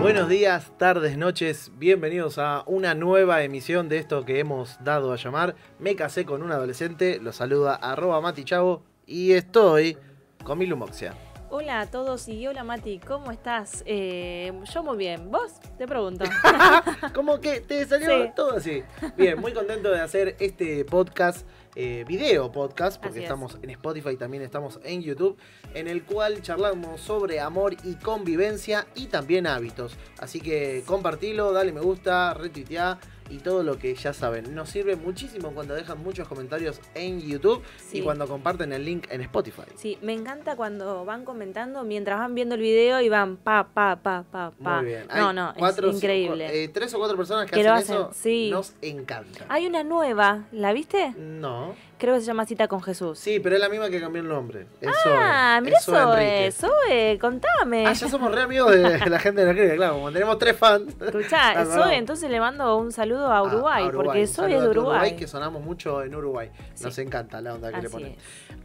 Buenos días, tardes, noches, bienvenidos a una nueva emisión de esto que hemos dado a llamar Me casé con un adolescente, los saluda arroba Mati Chavo y estoy con mi Lumoxia. Hola a todos y hola Mati, ¿cómo estás? Eh, yo muy bien, ¿vos? Te pregunto. Como que te salió Sí. todo así. Bien, muy contento de hacer este podcast, eh, video podcast, porque Así es. estamos en Spotify, también estamos en YouTube, en el cual charlamos sobre amor y convivencia y también hábitos. Así que compartilo, dale me gusta, retuiteá y todo lo que ya saben. Nos sirve muchísimo cuando dejan muchos comentarios en YouTube Sí. y cuando comparten el link en Spotify. Sí, me encanta cuando van comentando mientras van viendo el video y van pa, pa, pa, pa, pa. Muy bien. No, Hay no, es cuatro, increíble. cinco, eh, tres o cuatro personas que, Que lo hacen, hacen, eso sí. nos encanta. Hay una nueva, ¿la viste? No. Creo que se llama Cita con Jesús. Sí, pero es la misma que cambió el nombre. Es ah, Zoe, mira es Zoe Enrique. Zoe, Zoe, contame. Ah, ya somos re amigos de la gente de la crítica, claro. Como tenemos tres fans. Escuchá, Ah, perdón. Zoe, entonces le mando un saludo a Uruguay, Ah, a porque Un Zoe saludo es de a tu Uruguay. Que sonamos mucho en Uruguay. Nos Sí. encanta la onda que le Así ponen.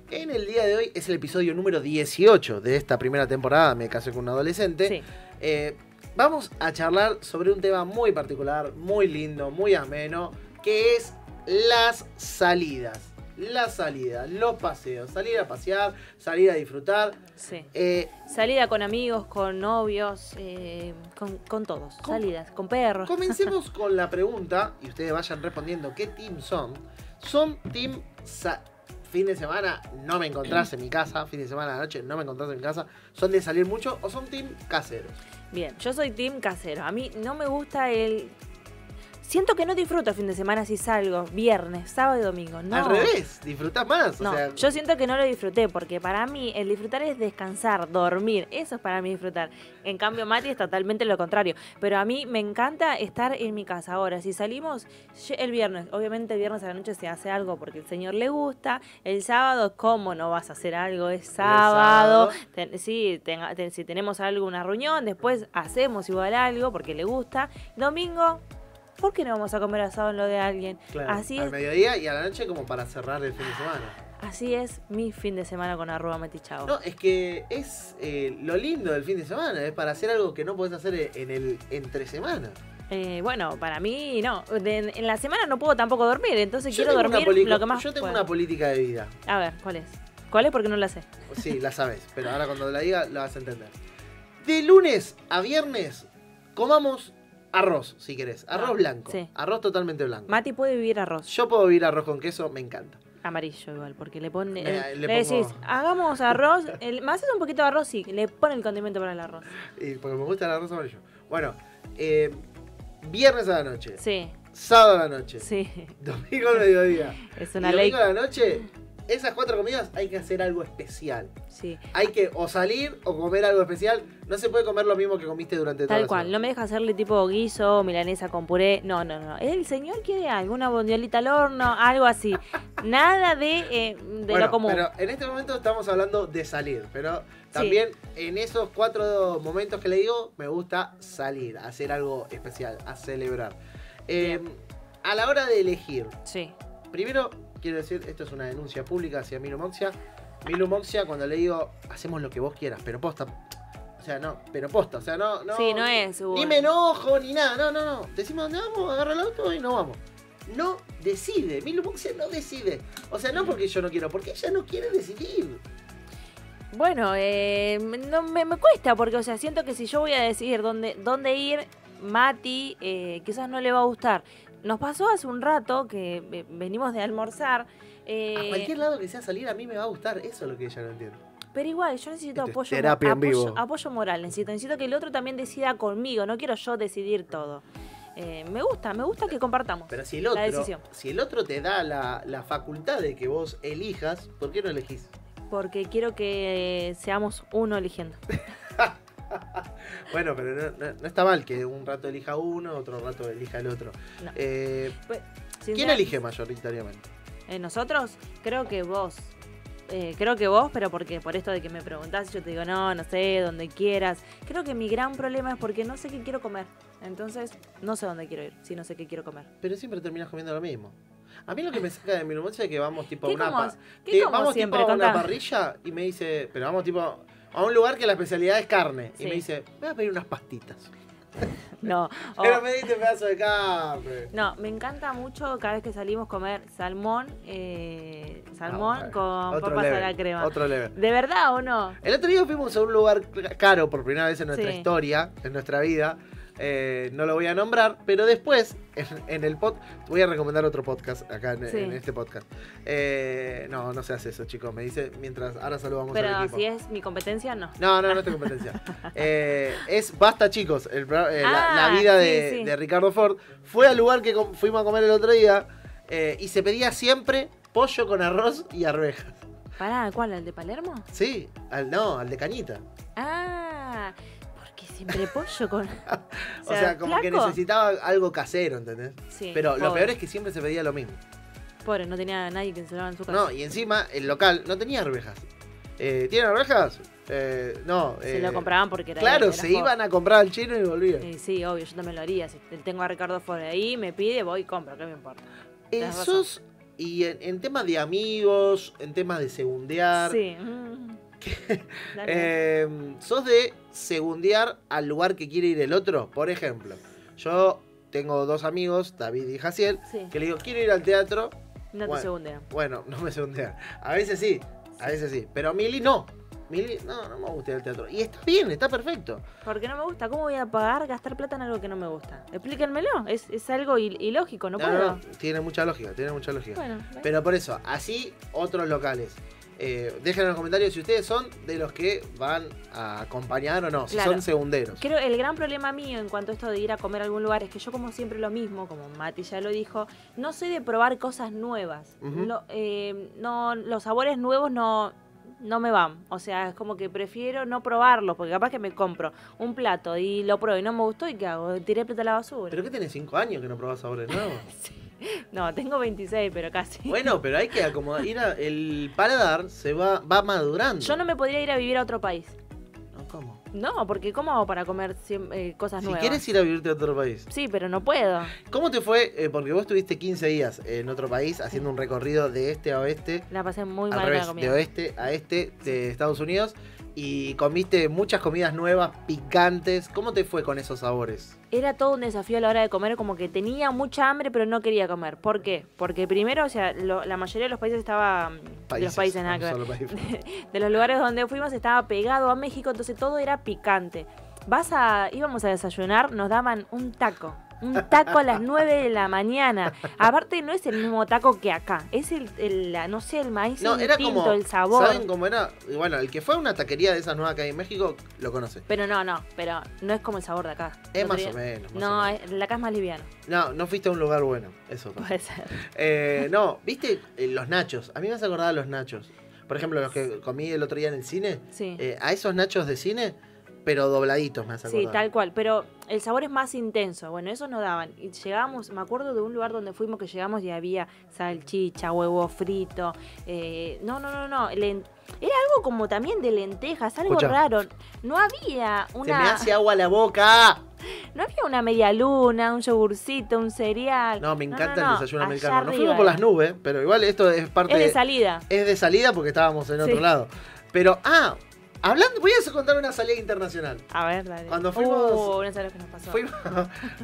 es. En el día de hoy es el episodio número 18 de esta primera temporada. Me casé con un adolescente. Sí. Eh, vamos a charlar sobre un tema muy particular, muy lindo, muy ameno, que es las salidas. Las salidas, los paseos, salir a pasear, salir a disfrutar. sí. Eh, Salida con amigos, con novios, eh, con, con todos. Con- Salidas, con perros. comencemos con la pregunta y ustedes vayan respondiendo qué team son. ¿Son team sa- fin de semana no me encontrás en mi casa? Fin de semana a la noche no me encontrás en mi casa. ¿Son de salir mucho o son team caseros? Bien, yo soy team casero. A mí no me gusta el... Siento que no disfruto el fin de semana si salgo viernes, sábado y domingo. No. Al revés, disfrutás más. o No, sea, yo siento que no lo disfruté porque para mí el disfrutar es descansar, dormir, eso es para mí disfrutar. En cambio Mati es totalmente lo contrario, pero a mí me encanta estar en mi casa. Ahora, si salimos ye- el viernes, obviamente el viernes a la noche se hace algo porque el señor le gusta, el sábado, ¿cómo no vas a hacer algo? Es sábado. sábado, Ten- sí, tenga- ten- si tenemos algo, una reunión, después hacemos igual algo porque le gusta. Domingo, ¿por qué no vamos a comer asado en lo de alguien? Claro, Así al es. mediodía y a la noche como para cerrar el fin de semana. Así es mi fin de semana con arroba metichao. No, es que es eh, lo lindo del fin de semana, es para hacer algo que no podés hacer e- en el entre semana. Eh, bueno, para mí no. De- en, la semana no puedo tampoco dormir, entonces Yo quiero tengo una dormir polico- lo que más Yo tengo pueda. una política de vida. A ver, ¿cuál es? ¿Cuál es? Porque no la sé. Sí, la sabes, pero ahora cuando la diga la vas a entender. De lunes a viernes comamos arroz, si querés. Arroz Ah, blanco. sí. Arroz totalmente blanco. Mati puede vivir arroz Yo puedo vivir arroz con queso, me encanta. amarillo igual, porque le pone... Me- eh, le le pongo- decís, hagamos arroz, el, más haces un poquito de arroz y le pone el condimento para el arroz. Y porque me gusta el arroz amarillo. Bueno, eh, viernes a la noche, Sí, sábado a la noche, sí, domingo al mediodía. es una y ley. domingo a la noche, esas cuatro comidas hay que hacer algo especial. Sí, Hay que o salir o comer algo especial. No se puede comer lo mismo que comiste durante toda tal la cual, no semana. me deja hacerle tipo guiso, milanesa con puré, no, no, no. El señor quiere alguna bondiolita al horno, algo así. Nada de, eh, de Bueno, lo común. Pero en este momento estamos hablando de salir. Pero también en esos cuatro momentos que le digo, me gusta salir, hacer algo especial, a celebrar. Eh, a la hora de elegir, Sí, primero quiero decir, esto es una denuncia pública hacia Milu Moxia. Milu Moxia, cuando le digo, hacemos lo que vos quieras, pero posta. O sea, no, pero posta. O sea, no, no. sí, no es... Ni un- me enojo, ni nada. No, no, no. Decimos dónde vamos, agarra el auto y no vamos. No decide. Milu Moxia no decide. O sea, no porque yo no quiero, porque ella no quiere decidir. Bueno, eh, no me, me cuesta porque, o sea, siento que si yo voy a decidir dónde, dónde ir, Mati eh, quizás no le va a gustar. Nos pasó hace un rato que eh, venimos de almorzar, eh, a cualquier lado que sea salir, a mí me va a gustar. Eso es lo que ella no entiende. pero igual yo necesito Esto es apoyo, Este, terapia en apoyo, vivo. apoyo moral, necesito, necesito que el otro también decida conmigo, no quiero yo decidir todo. Eh, me gusta, me gusta que compartamos. Pero si el otro, decisión. si el otro te da la, la facultad de que vos elijas, ¿por qué no elegís? Porque quiero que eh, seamos uno eligiendo. Bueno, pero no, no- no está mal que un rato elija uno, otro rato elija el otro. No. Eh, ¿Quién Sinceramente- elige mayoritariamente? Eh, nosotros, creo que vos. Eh, creo que vos, pero porque por esto de que me preguntás, yo te digo, no, no sé, donde quieras. Creo que mi gran problema es porque no sé qué quiero comer. Entonces, no sé dónde quiero ir, si no sé qué quiero comer. Pero siempre terminas comiendo lo mismo. A mí lo que me saca de mi lumoncia es que vamos tipo a ¿Qué una como, pa- ¿qué que como vamos siempre? tipo a una Contá. parrilla y me dice, pero vamos tipo a un lugar que la especialidad es carne. Y Sí. me dice, me voy a pedir unas pastitas. No. o- Pero me diste pedazo de café. No, me encanta mucho cada vez que salimos comer salmón, eh, salmón Ah, con otro papas a level, la crema. Otro level. ¿De verdad o no? El otro día fuimos a un lugar caro por primera vez en nuestra Sí. historia, en nuestra vida. Eh, no lo voy a nombrar, pero después en, en el pod voy a recomendar otro podcast acá en, Sí. en este podcast. Eh, no, no se hace eso, chicos. Me dice mientras ahora saludamos al Pero equipo. si es mi competencia, no. No, no, no es tu competencia. Eh, es Basta, chicos. el pro- eh, la- la, Ah, vida sí, de, sí. de Ricardo Ford. Fue al lugar que com- fuimos a comer el otro día eh, y se pedía siempre pollo con arroz y arvejas. Pará, ¿cuál? ¿El de Palermo? Sí, al, no, al de cañita. Ah, porque siempre pollo con. O sea, como que flaco. Eh, necesitaba algo casero, ¿entendés? Sí, Pero lo pobre, peor es que siempre se pedía lo mismo. Pues Pobre, no tenía nadie que se lo haga en su casa. No, y encima el local no tenía arvejas. Eh, ¿Tienen arvejas? Eh, no. se eh, lo compraban porque era. Claro, era se joven. iban a comprar al chino y volvían. Sí, sí, obvio, yo también lo haría. Si tengo a Ricardo Ford ahí, me pide, voy y compro, ¿qué me importa? tenés Esos, y en, en temas de amigos, en temas de segundear. Sí. mm. Dale, dale. eh, ¿Sos de segundear al lugar que quiere ir el otro? Por ejemplo, yo tengo dos amigos, David y Jaciel, sí, que le digo, quiero ir al teatro. no te bueno. segundean. Bueno, no me segundean. A veces sí, a veces sí. Pero Mili no. Mili, no, no me gusta ir al teatro. Y está bien, está perfecto. Porque no me gusta. ¿Cómo voy a pagar, gastar plata en algo que no me gusta? Explíquenmelo. Es, es algo il- ilógico, no, No, puedo. no, no, tiene mucha lógica, tiene mucha lógica. Bueno, ¿ves? Pero por eso, así otros locales. Eh, dejen en los comentarios si ustedes son de los que van a acompañar o no, si Claro. son segunderos. Creo el gran problema mío en cuanto a esto de ir a comer a algún lugar es que yo como siempre lo mismo, como Mati ya lo dijo, no soy de probar cosas nuevas. Ujú. Lo- eh, no, los sabores nuevos no, no me van. O sea, es como que prefiero no probarlos, porque capaz que me compro un plato y lo pruebo y no me gustó y ¿qué hago? Tiré el plato a la basura. ¿Pero qué tenés 5 años que no probás sabores nuevos? No, tengo 26, pero casi. bueno, pero hay que acomodar. ir a- el paladar se va, va madurando. Yo no me podría ir a vivir a otro país. No, ¿Cómo? No, porque ¿cómo hago para comer siem- eh, cosas Si nuevas? quieres ir a vivirte a otro país, Sí, pero no puedo. ¿Cómo te fue? Eh, porque vos estuviste 15 días en otro país haciendo un recorrido de este a oeste, La pasé muy al mal con la revés, de comida. oeste a este de Estados Unidos y comiste muchas comidas nuevas, picantes. ¿Cómo te fue con esos sabores? era todo un desafío a la hora de comer, como que tenía mucha hambre pero no quería comer. ¿Por qué? Porque primero, o sea, lo- la mayoría de los países estaba... de los países, nada que ver. no solo país. De los lugares donde fuimos estaba pegado a México, entonces todo era picante. Vas a... íbamos a desayunar, nos daban un taco. Un taco a las 9 de la mañana. Aparte no es el mismo taco que acá. Es el, el- la- no sé, el maíz No, era distinto, como. el sabor. ¿Saben cómo era? Y Bueno, el que fue a una taquería de esas nuevas que hay en México lo conoce. Pero no, no, pero no es como el sabor de acá. Es No más te- o menos. más o No, menos. es- la acá es más liviano. no, no fuiste a un lugar bueno. Eso. pasa. Puede ser. Eh, no, viste Eh, los nachos. A mí me hace acordar a los nachos. Por ejemplo, los que comí el otro día en el cine. Sí. Eh, a esos nachos de cine, pero dobladitos me hace Sí, acordar. tal cual, pero el sabor es más intenso. Bueno, eso nos daban. Y llegamos, me acuerdo de un lugar donde fuimos que llegamos y había salchicha, huevo frito. eh, no, no, no, no. len- Era algo como también de lentejas, algo Escuchá. raro. No había Se me una, hace agua la boca. no había una media luna, un yogurcito, un cereal. No, me encanta no, no, el desayuno allá americano. Nos arriba fuimos por era. las nubes, pero igual esto es parte. Es de salida. es de salida porque estábamos en Sí. otro lado. Pero, ah, hablando, voy a contar una salida internacional. A ver, dale. Cuando fuimos- Uh, no sabes lo que nos pasó. Fuimos,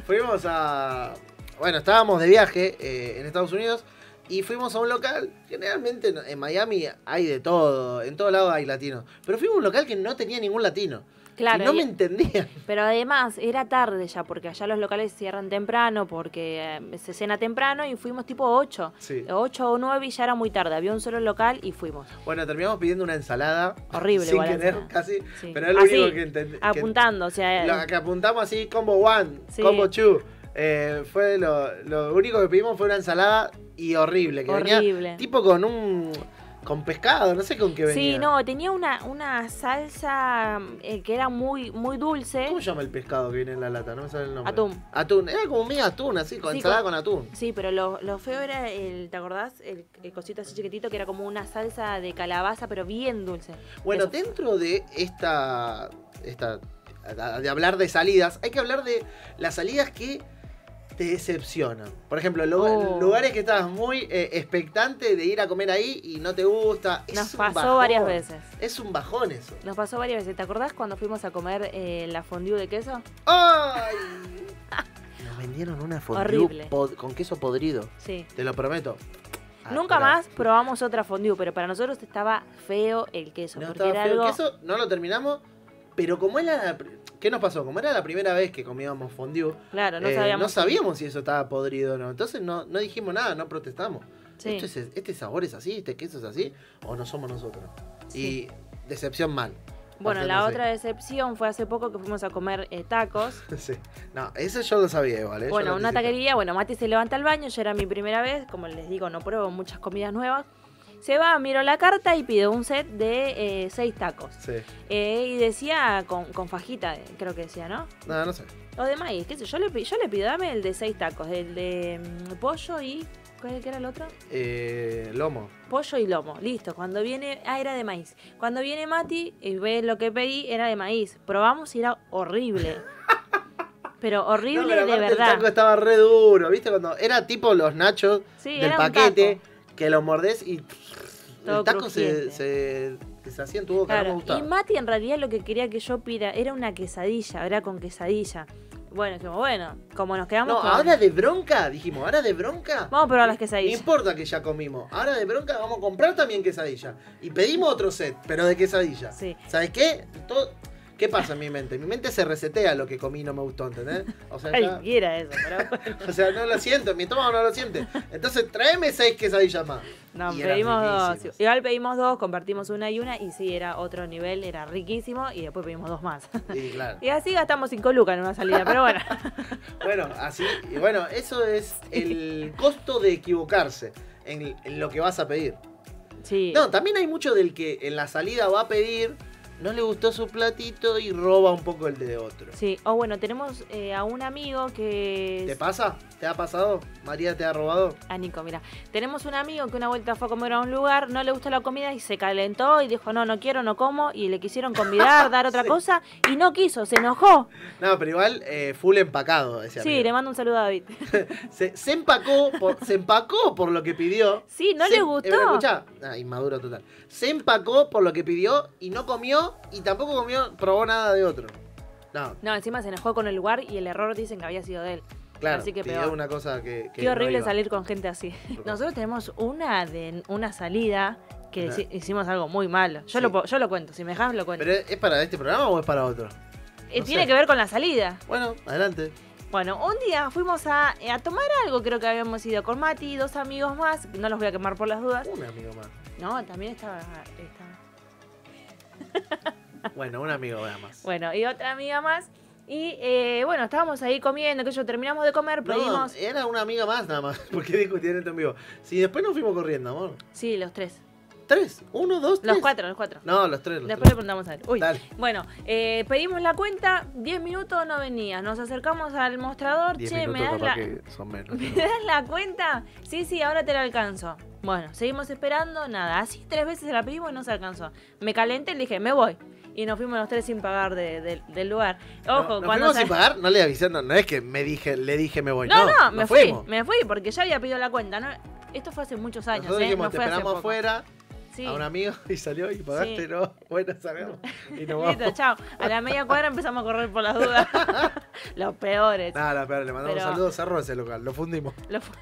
fuimos a. Bueno, estábamos de viaje eh, en Estados Unidos y fuimos a un local. Generalmente en, en Miami hay de todo, en todo lado hay latinos. Pero fuimos a un local que no tenía ningún latino. claro, y no y- me entendían. Pero además era tarde ya, porque allá los locales cierran temprano, porque eh, se cena temprano y fuimos tipo 8. Sí. 8 o 9 y ya era muy tarde. Había un solo local y fuimos. Bueno, terminamos pidiendo una ensalada. Horrible, Sin igual la querer, ensalada. casi. Sí. Pero es lo Así, único que entendí. Apuntando, o sea, eh, Lo que apuntamos así, combo one, Sí. combo two. Eh, fue lo, lo único que pedimos fue una ensalada y horrible. Que venía horrible. tipo con un. con pescado, no sé con qué venía. Sí, no, tenía una, una salsa eh, que era muy, muy dulce. ¿Cómo se llama el pescado que viene en la lata? No me sale el nombre. Atún. Atún, era como medio atún, así, con Sí, ensalada con- con atún. Sí, pero lo, lo feo era el, ¿te acordás? El, el cosito así chiquitito que era como una salsa de calabaza, pero bien dulce. Bueno, Eso. dentro de esta, esta. de hablar de salidas, hay que hablar de las salidas que te decepcionan. Por ejemplo, lu- Oh. lugares que estabas muy eh, expectante de ir a comer ahí y no te gusta. Es Nos un pasó bajón. varias veces. Es un bajón eso. Nos pasó varias veces. ¿Te acordás cuando fuimos a comer eh, la fondue de queso? ¡Ay! Nos vendieron una fondue Horrible. pod- con queso podrido. Sí. Te lo prometo. Ah, Nunca Atroz. más probamos otra fondue, pero para nosotros estaba feo el queso. No porque estaba era feo el algo... queso, no lo terminamos. Pero como era la pr- ¿Qué nos pasó? Como era la primera vez que comíamos fondue, Claro, no eh, sabíamos. no sabíamos si eso estaba podrido o no. Entonces no, no dijimos nada, no protestamos. Sí, Esto es- este sabor es así, este queso es así, o no somos nosotros. sí. Y decepción mal. Bueno, bastante la así. otra decepción fue hace poco que fuimos a comer eh, tacos. Sí. No, eso yo lo sabía igual. ¿eh? Yo Bueno, lo una anticipé. taquería, bueno, Mati se levanta al baño, yo era mi primera vez, como les digo, no pruebo muchas comidas nuevas. Se va, miro la carta y pido un set de eh, seis tacos. Sí. Eh, y decía con, con fajita, eh, creo que decía, ¿no? No, no sé. Los de maíz, qué sé, yo, yo le, pi- yo le pido, dame el de seis tacos, el de mm, pollo y... ¿Cuál era el otro? Eh, lomo. Pollo y lomo, listo. Cuando viene, ah, era de maíz. Cuando viene Mati y ve lo que pedí, era de maíz. Probamos y era horrible. Pero horrible No, pero de aparte El verdad. taco estaba re duro, ¿viste? Cuando era tipo los nachos Sí, del era un paquete taco. que lo mordés y Todo el taco se, crujiente. se deshacía en tu boca. No Claro, me gustaba. y Mati en realidad lo que quería que yo pida era una quesadilla, era con quesadilla. Bueno, dijimos, bueno, como nos quedamos No, con... ahora de bronca, dijimos, ahora de bronca. Vamos a probar las No quesadillas. importa que ya comimos. Ahora de bronca vamos a comprar también quesadilla. Y pedimos otro set, pero de quesadilla. Sí. ¿Sabes qué? Todo- ¿Qué pasa en mi mente? Mi mente se resetea lo que comí y no me gustó, ¿entendés? O sea, ya- Cualquiera eso, pero bueno. o sea, no lo siento, mi estómago no lo siente. Entonces tráeme seis quesadillas más. No, Y eran pedimos dos. riquísimas. Igual pedimos dos, compartimos una y una, y sí, era otro nivel, era riquísimo, y después pedimos dos más. Y claro. Y así gastamos cinco lucas en una salida, pero bueno. Bueno, así, y bueno, eso es el costo de equivocarse en, en lo que vas a pedir. Sí. No, también hay mucho del que en la salida va a pedir, no le gustó su platito y roba un poco el de otro. Sí, o bueno, tenemos eh, a un amigo que... ¿Te pasa? ¿Te ha pasado? ¿María te ha robado? A Nico, mira. Tenemos un amigo que una vuelta fue a comer a un lugar, no le gustó la comida y se calentó y dijo, no, no quiero, no como. Y le quisieron convidar, dar otra Sí. cosa y no quiso, se enojó. No, pero igual eh, full empacado ese sí, amigo. le mando un saludo a David. Se, se empacó por, se empacó por lo que pidió. Sí, no Se- le Eh, pero gustó. escuchá, ah, inmaduro total. Se empacó por lo que pidió y no comió y tampoco comió, probó nada de otro. No, No, encima se enojó con el lugar y el error dicen que había sido de él. claro, Así que pidió peor. una cosa que, que Qué horrible no iba. salir con gente así. Nosotros tenemos una de una salida que Ajá. hici- hicimos algo muy malo. Yo, Sí. lo, po- yo lo cuento, si me dejas lo cuento. ¿Pero es para este programa o es para otro? Eh, no tiene sé. que ver con la salida. Bueno, adelante. Bueno, un día fuimos a, eh, a tomar algo, creo que habíamos ido con Mati y dos amigos más, no los voy a quemar por las dudas. Un amigo más. No, también estaba... estaba- Bueno, un amigo nada más. Bueno, y otra amiga más. Y eh, bueno, estábamos ahí comiendo, que yo terminamos de comer, No, pedimos... era una amiga más nada más. ¿Por qué discutían esto en vivo? Si después nos fuimos corriendo, amor. Sí, los tres. ¿Tres? ¿Uno, dos, tres? Los cuatro, los cuatro. No, los tres. Los Después le tres. preguntamos a él. Uy. Dale. Bueno, eh, pedimos la cuenta, 10 minutos no venía. Nos acercamos al mostrador, Diez che, me minutos das capaz la... que son menos. ¿Me das la cuenta? Sí, sí, ahora te la alcanzo. Bueno, seguimos esperando, nada. Así tres veces se la pedimos y no se alcanzó. Me calenté y le dije, me voy. Y nos fuimos los tres sin pagar de- de- del lugar. No, Ojo, nos cuando. fuimos se- sin pagar, no le avisé, no, no es que me dije, le dije me voy. No, no, nos me fui. fuimos. Me fui porque ya había pedido la cuenta. ¿no? Esto fue hace muchos años. Nosotros ¿eh? dijimos, no te fue hace esperamos poco. afuera Sí. a un amigo y salió y pagaste, Sí. no. Bueno, salgamos. Y nos Listo, vamos. chao. A la media cuadra empezamos a correr por las dudas. los peores. Nada, pero le mandamos Pero- saludos, cerró ese local, lo fundimos. Lo fu-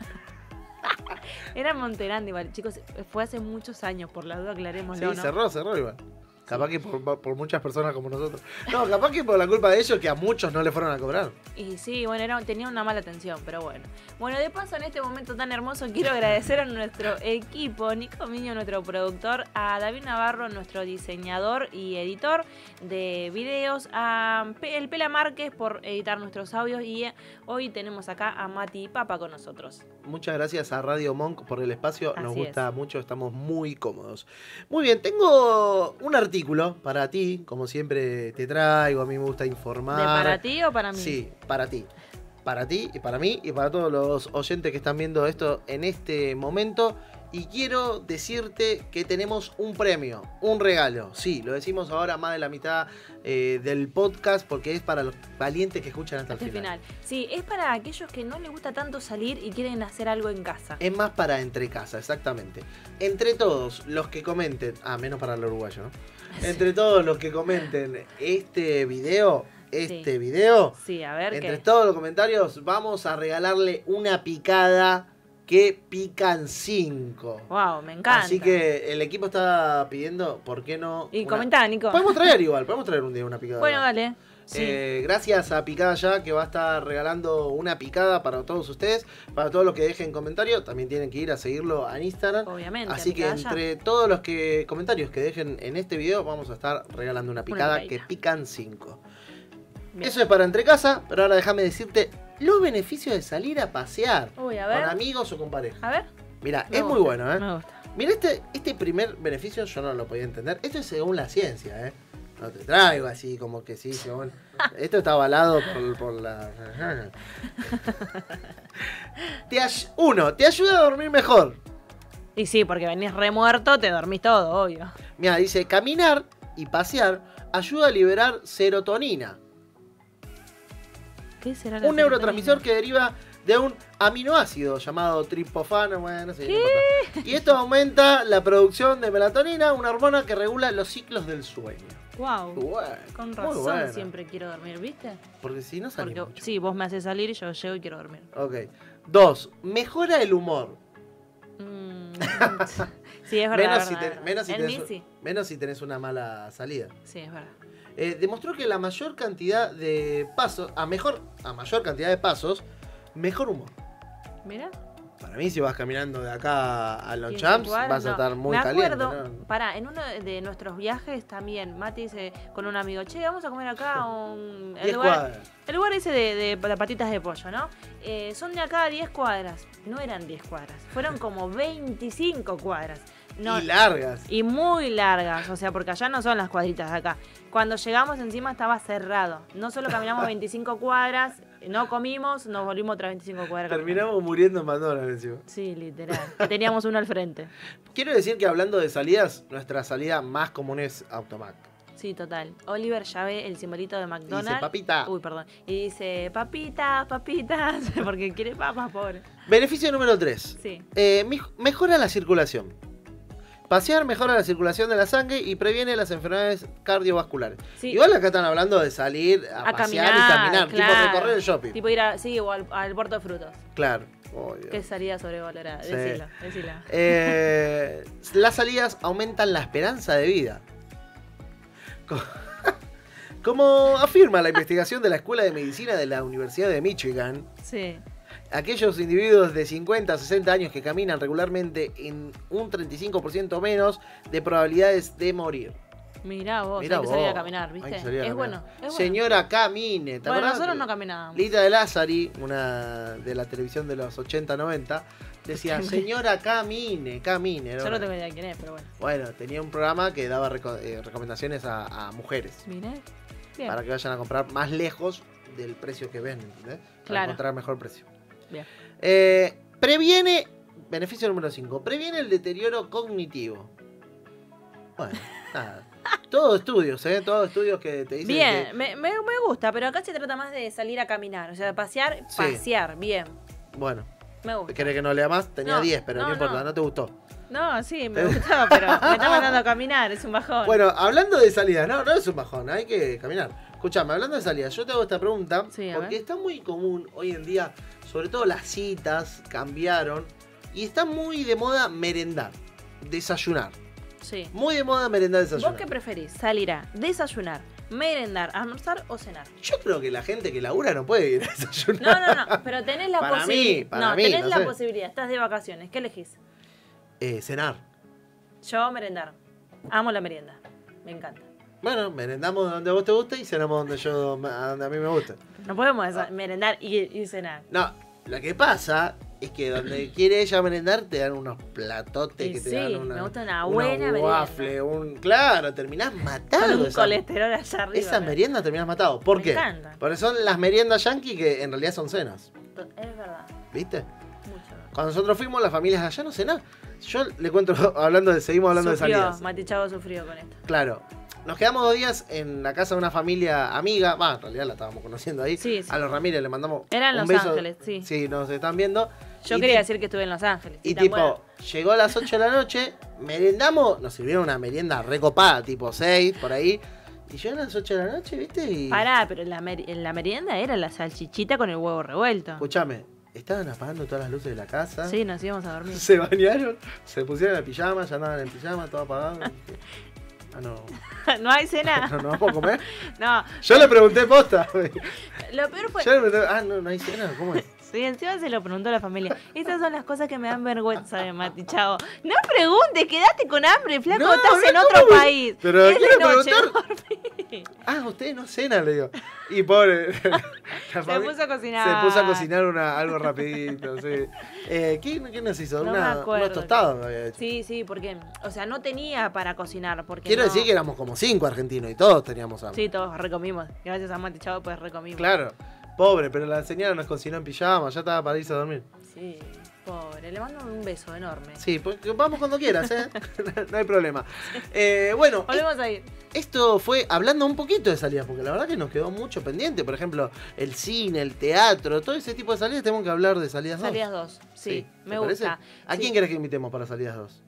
Era Monterán igual, chicos, fue hace muchos años, por la duda Sí, aclarémoslo, ¿no? cerró, cerró igual. Capaz que por, por muchas personas como nosotros. No, capaz que por la culpa de ellos que a muchos no le fueron a cobrar. Y sí, bueno, era- tenía una mala atención, pero bueno. Bueno, de paso, en este momento tan hermoso, quiero agradecer a nuestro equipo, Nico Miño, nuestro productor, a David Navarro, nuestro diseñador y editor de videos, a Pe- el Pela Márquez por editar nuestros audios y eh, hoy tenemos acá a Mati y Papa con nosotros. Muchas gracias a Radio Monk por el espacio, nos Así gusta mucho, estamos muy cómodos. Muy bien, tengo un artículo para ti, como siempre te traigo, a mí me gusta informar. ¿De para ti o para mí? Sí, para ti. Para ti y para mí y para todos los oyentes que están viendo esto en este momento. Y quiero decirte que tenemos un premio, un regalo. Sí, lo decimos ahora más de la mitad eh, del podcast porque es para los valientes que escuchan hasta, Hasta el Este final. Sí, es para aquellos que no les gusta tanto salir y quieren hacer algo en casa. Es más para entre casa, exactamente. Entre todos los que comenten, ah, menos para el uruguayo, ¿no? Entre todos los que comenten este video, este Sí. video, Sí, a ver entre qué. todos los comentarios vamos a regalarle una picada que pican 5. Wow, me encanta. Así que el equipo está pidiendo, ¿por qué no? Y una- comentá, Nico. Podemos traer igual, podemos traer un día una picada. Bueno, dale. Sí. Eh, gracias a Picada Ya que va a estar regalando una picada para todos ustedes, para todos los que dejen comentarios, también tienen que ir a seguirlo en Instagram. Obviamente. Así que picada ya. entre todos los que comentarios que dejen en este video vamos a estar regalando una picada que picadita. pican 5. Bien. Eso es para entre casa, pero ahora déjame decirte los beneficios de salir a pasear Uy, a con ver. amigos o con pareja. A ver. Mira, Me es muy gusta, bueno, ¿eh? Me gusta. Mira, este, este primer beneficio yo no lo podía entender. Esto es según la ciencia, ¿eh? No te traigo así como que sí, según... Esto está avalado por, por la... te ay- Uno, te ayuda a dormir mejor. Y sí, porque venís remuerto, te dormís todo, obvio. Mira, dice, caminar y pasear ayuda a liberar serotonina, ¿Qué será la un serotonina? neurotransmisor que deriva de un aminoácido llamado tripofano, bueno, no sé, no importa. Y esto aumenta la producción de melatonina, una hormona que regula los ciclos del sueño. Wow. Bueno, Con muy razón bueno. siempre quiero dormir, ¿viste? Porque si no sale Porque mucho. sí, vos me haces salir y yo llego y quiero dormir. Ok. Dos, mejora el humor. Mm, sí, es verdad. Menos si verdad, te- verdad. menos si En tenés mí un- sí. Menos si tenés una mala salida. Sí, es verdad. Eh, demostró que la mayor cantidad de pasos, a mejor, a mayor cantidad de pasos, mejor humor. Mira. Para mí, si vas caminando de acá a los Tiene champs, lugar, vas a no. estar muy Me caliente. acuerdo, ¿no? Pará, en uno de nuestros viajes también, Mati dice con un amigo, che, vamos a comer acá un... Diez el, lugar, cuadras. el lugar ese de, de, las patitas de pollo, ¿no? Eh, son de acá 10 cuadras. No eran 10 cuadras, fueron como 25 cuadras. No, Y largas. y muy largas, o sea, porque allá no son las cuadritas de acá. Cuando llegamos encima estaba cerrado. No solo caminamos 25 cuadras, no comimos, nos volvimos otras 25 cuadras. Terminamos muriendo en McDonald's encima. Sí, literal. Y Teníamos uno al frente. Quiero decir que hablando de salidas, nuestra salida más común es Automac. Sí, total. Oliver ya ve el simbolito de Y Dice, McDonald's. papita. Uy, perdón. Y dice, papitas, papitas, porque quiere papas, pobre. Beneficio número 3. Sí. Eh, mej- mejora la circulación. Pasear mejora la circulación de la sangre y previene las enfermedades cardiovasculares. sí. Igual acá están hablando de salir a, A pasear y caminar, caminar, claro. tipo recorrer el shopping. Tipo ir a, sí, o al, al puerto de frutos. Claro. Oh, Dios. Que salida sobrevalorada. Sí. Decilo, decilo. Eh, las salidas aumentan la esperanza de vida. Co- Como afirma la investigación de la Escuela de Medicina de la Universidad de Michigan, Sí. Aquellos individuos de 50 a 60 años que caminan regularmente en un 35% menos de probabilidades de morir. Mirá vos, Mirá Oh, hay que salir a vos, caminar, hay ¿viste? que salir a es caminar. bueno, es bueno. Señora, camine. ¿te Bueno, acordás nosotros que no caminábamos. Lita de Lázari, una de la televisión de los 80-90, decía, señora, camine, camine. Era Yo no una- tengo idea quién es, pero bueno. Bueno, tenía un programa que daba reco- eh, recomendaciones a, a mujeres Mirá. Bien. para que vayan a comprar más lejos del precio que ven, ¿entendés? Para Claro. encontrar mejor precio. Bien. Eh, previene, beneficio número 5, previene el deterioro cognitivo. Bueno, nada. Todos estudios, ¿eh? Todos estudios que te dicen Bien, que- me, me- me gusta, pero acá se trata más de salir a caminar, o sea, de pasear, Sí. pasear, bien. Bueno, Me gusta. ¿querés que no lea más? Tenía No, 10, pero no, no, importa, no. no. te gustó. No, sí, me gustaba, pero me está mandando a caminar, es un bajón. Bueno, hablando de salida, no, no es un bajón, hay que caminar. Escuchame, hablando de salida, yo te hago esta pregunta Sí, a porque ver. está muy común hoy en día, sobre todo las citas cambiaron y está muy de moda merendar, desayunar. sí. Muy de moda merendar, desayunar. ¿Vos qué preferís? ¿Salir a desayunar, merendar, almorzar o cenar? Yo creo que la gente que labura no puede ir a desayunar. No, no, no, pero tenés la Para mí, posibilidad. para no, mí, tenés no la sé. posibilidad, estás de vacaciones, ¿qué elegís? Eh, cenar. Yo merendar. Amo la merienda, me encanta. Bueno, merendamos donde a vos te gusta y cenamos donde yo a donde a mí me gusta. No podemos Ah. desa- merendar y, y cenar. No, lo que pasa es que donde quiere ella merendar te dan unos platotes Y que te sí, dan una, me gusta una buena un merienda. waffle, un claro, terminás matado. Con un esa- colesterol allá arriba. esas me- meriendas terminás matado. ¿Por me qué? encanta. Porque son las meriendas yankee que en realidad son cenas, Es verdad, ¿viste? mucho. Cuando nosotros fuimos, las familias allá no cenan. Yo le cuento, hablando de, seguimos hablando de sufrió, salidas. Mati Chavo sufrió con esto. Claro. Nos quedamos dos días en la casa de una familia amiga. Va, en realidad la estábamos conociendo ahí. Sí, sí. A los Ramírez le mandamos. Era en un Los beso. Ángeles, sí. Sí, nos están viendo. Yo Y quería ti- decir que estuve en Los Ángeles. Y tan tipo, bueno. llegó a las 8 de la noche, merendamos, nos sirvieron una merienda recopada, tipo 6, por ahí. Y yo a las 8 de la noche, ¿viste? Y. Pará, pero la, mer- en la merienda era la salchichita con el huevo revuelto. Escuchame, estaban apagando todas las luces de la casa. Sí, nos íbamos a dormir. Se bañaron, se pusieron la pijama, ya andaban en pijama, todo apagado. ah, no. no hay cena. No, no vamos a comer. No, Yo le pregunté posta. lo peor fue. Yo le pregunté, ah, no, no hay cena, ¿cómo es? Sí, encima se lo preguntó la familia. Estas son las cosas que me dan vergüenza de Mati Chavo. No preguntes, quédate con hambre, flaco, No, estás no, en otro ¿cómo? país. Pero Es de quiero noche, preguntar- dormí. Ah, usted no cena, le digo. Y pobre. la Se familia- puso a Se cocinar. puso a cocinar una, algo rapidito, sí. Eh, ¿qué, qué nos hizo? No me una, acuerdo. unos tostados me había hecho. Sí, sí, porque, o sea, no tenía para cocinar. Porque Quiero no- decir que éramos como cinco argentinos y todos teníamos hambre. Sí, todos recomimos. Gracias a Mati Chavo, pues recomimos. Claro. Pobre, pero la señora nos cocinó en pijama, ya estaba para irse a dormir. Sí, pobre. Le mando un beso enorme. Sí, pues vamos cuando quieras, ¿eh? no hay problema. Eh, bueno, Volvemos a ir. Esto fue hablando un poquito de salidas, porque la verdad que nos quedó mucho pendiente. Por ejemplo, el cine, el teatro, todo ese tipo de salidas. Tenemos que hablar de salidas 2. Salidas dos. Sí, ¿te me parece? gusta. ¿A Sí. quién querés que invitemos para salidas 2?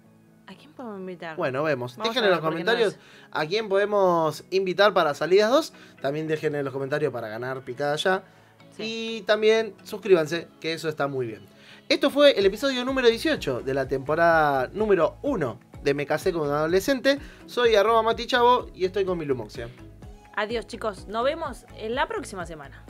¿A quién podemos invitar? Bueno, vemos. Vamos dejen a en ver, los porque no comentarios a quién podemos invitar para salidas 2. También dejen en los comentarios para ganar picada ya. Sí. Y también suscríbanse, que eso está muy bien. Esto fue el episodio número 18 de la temporada número 1 de Me Casé con un Adolescente. Soy arroba Mati Chavo y estoy con mi Lumoxia. Adiós, chicos. Nos vemos en la próxima semana.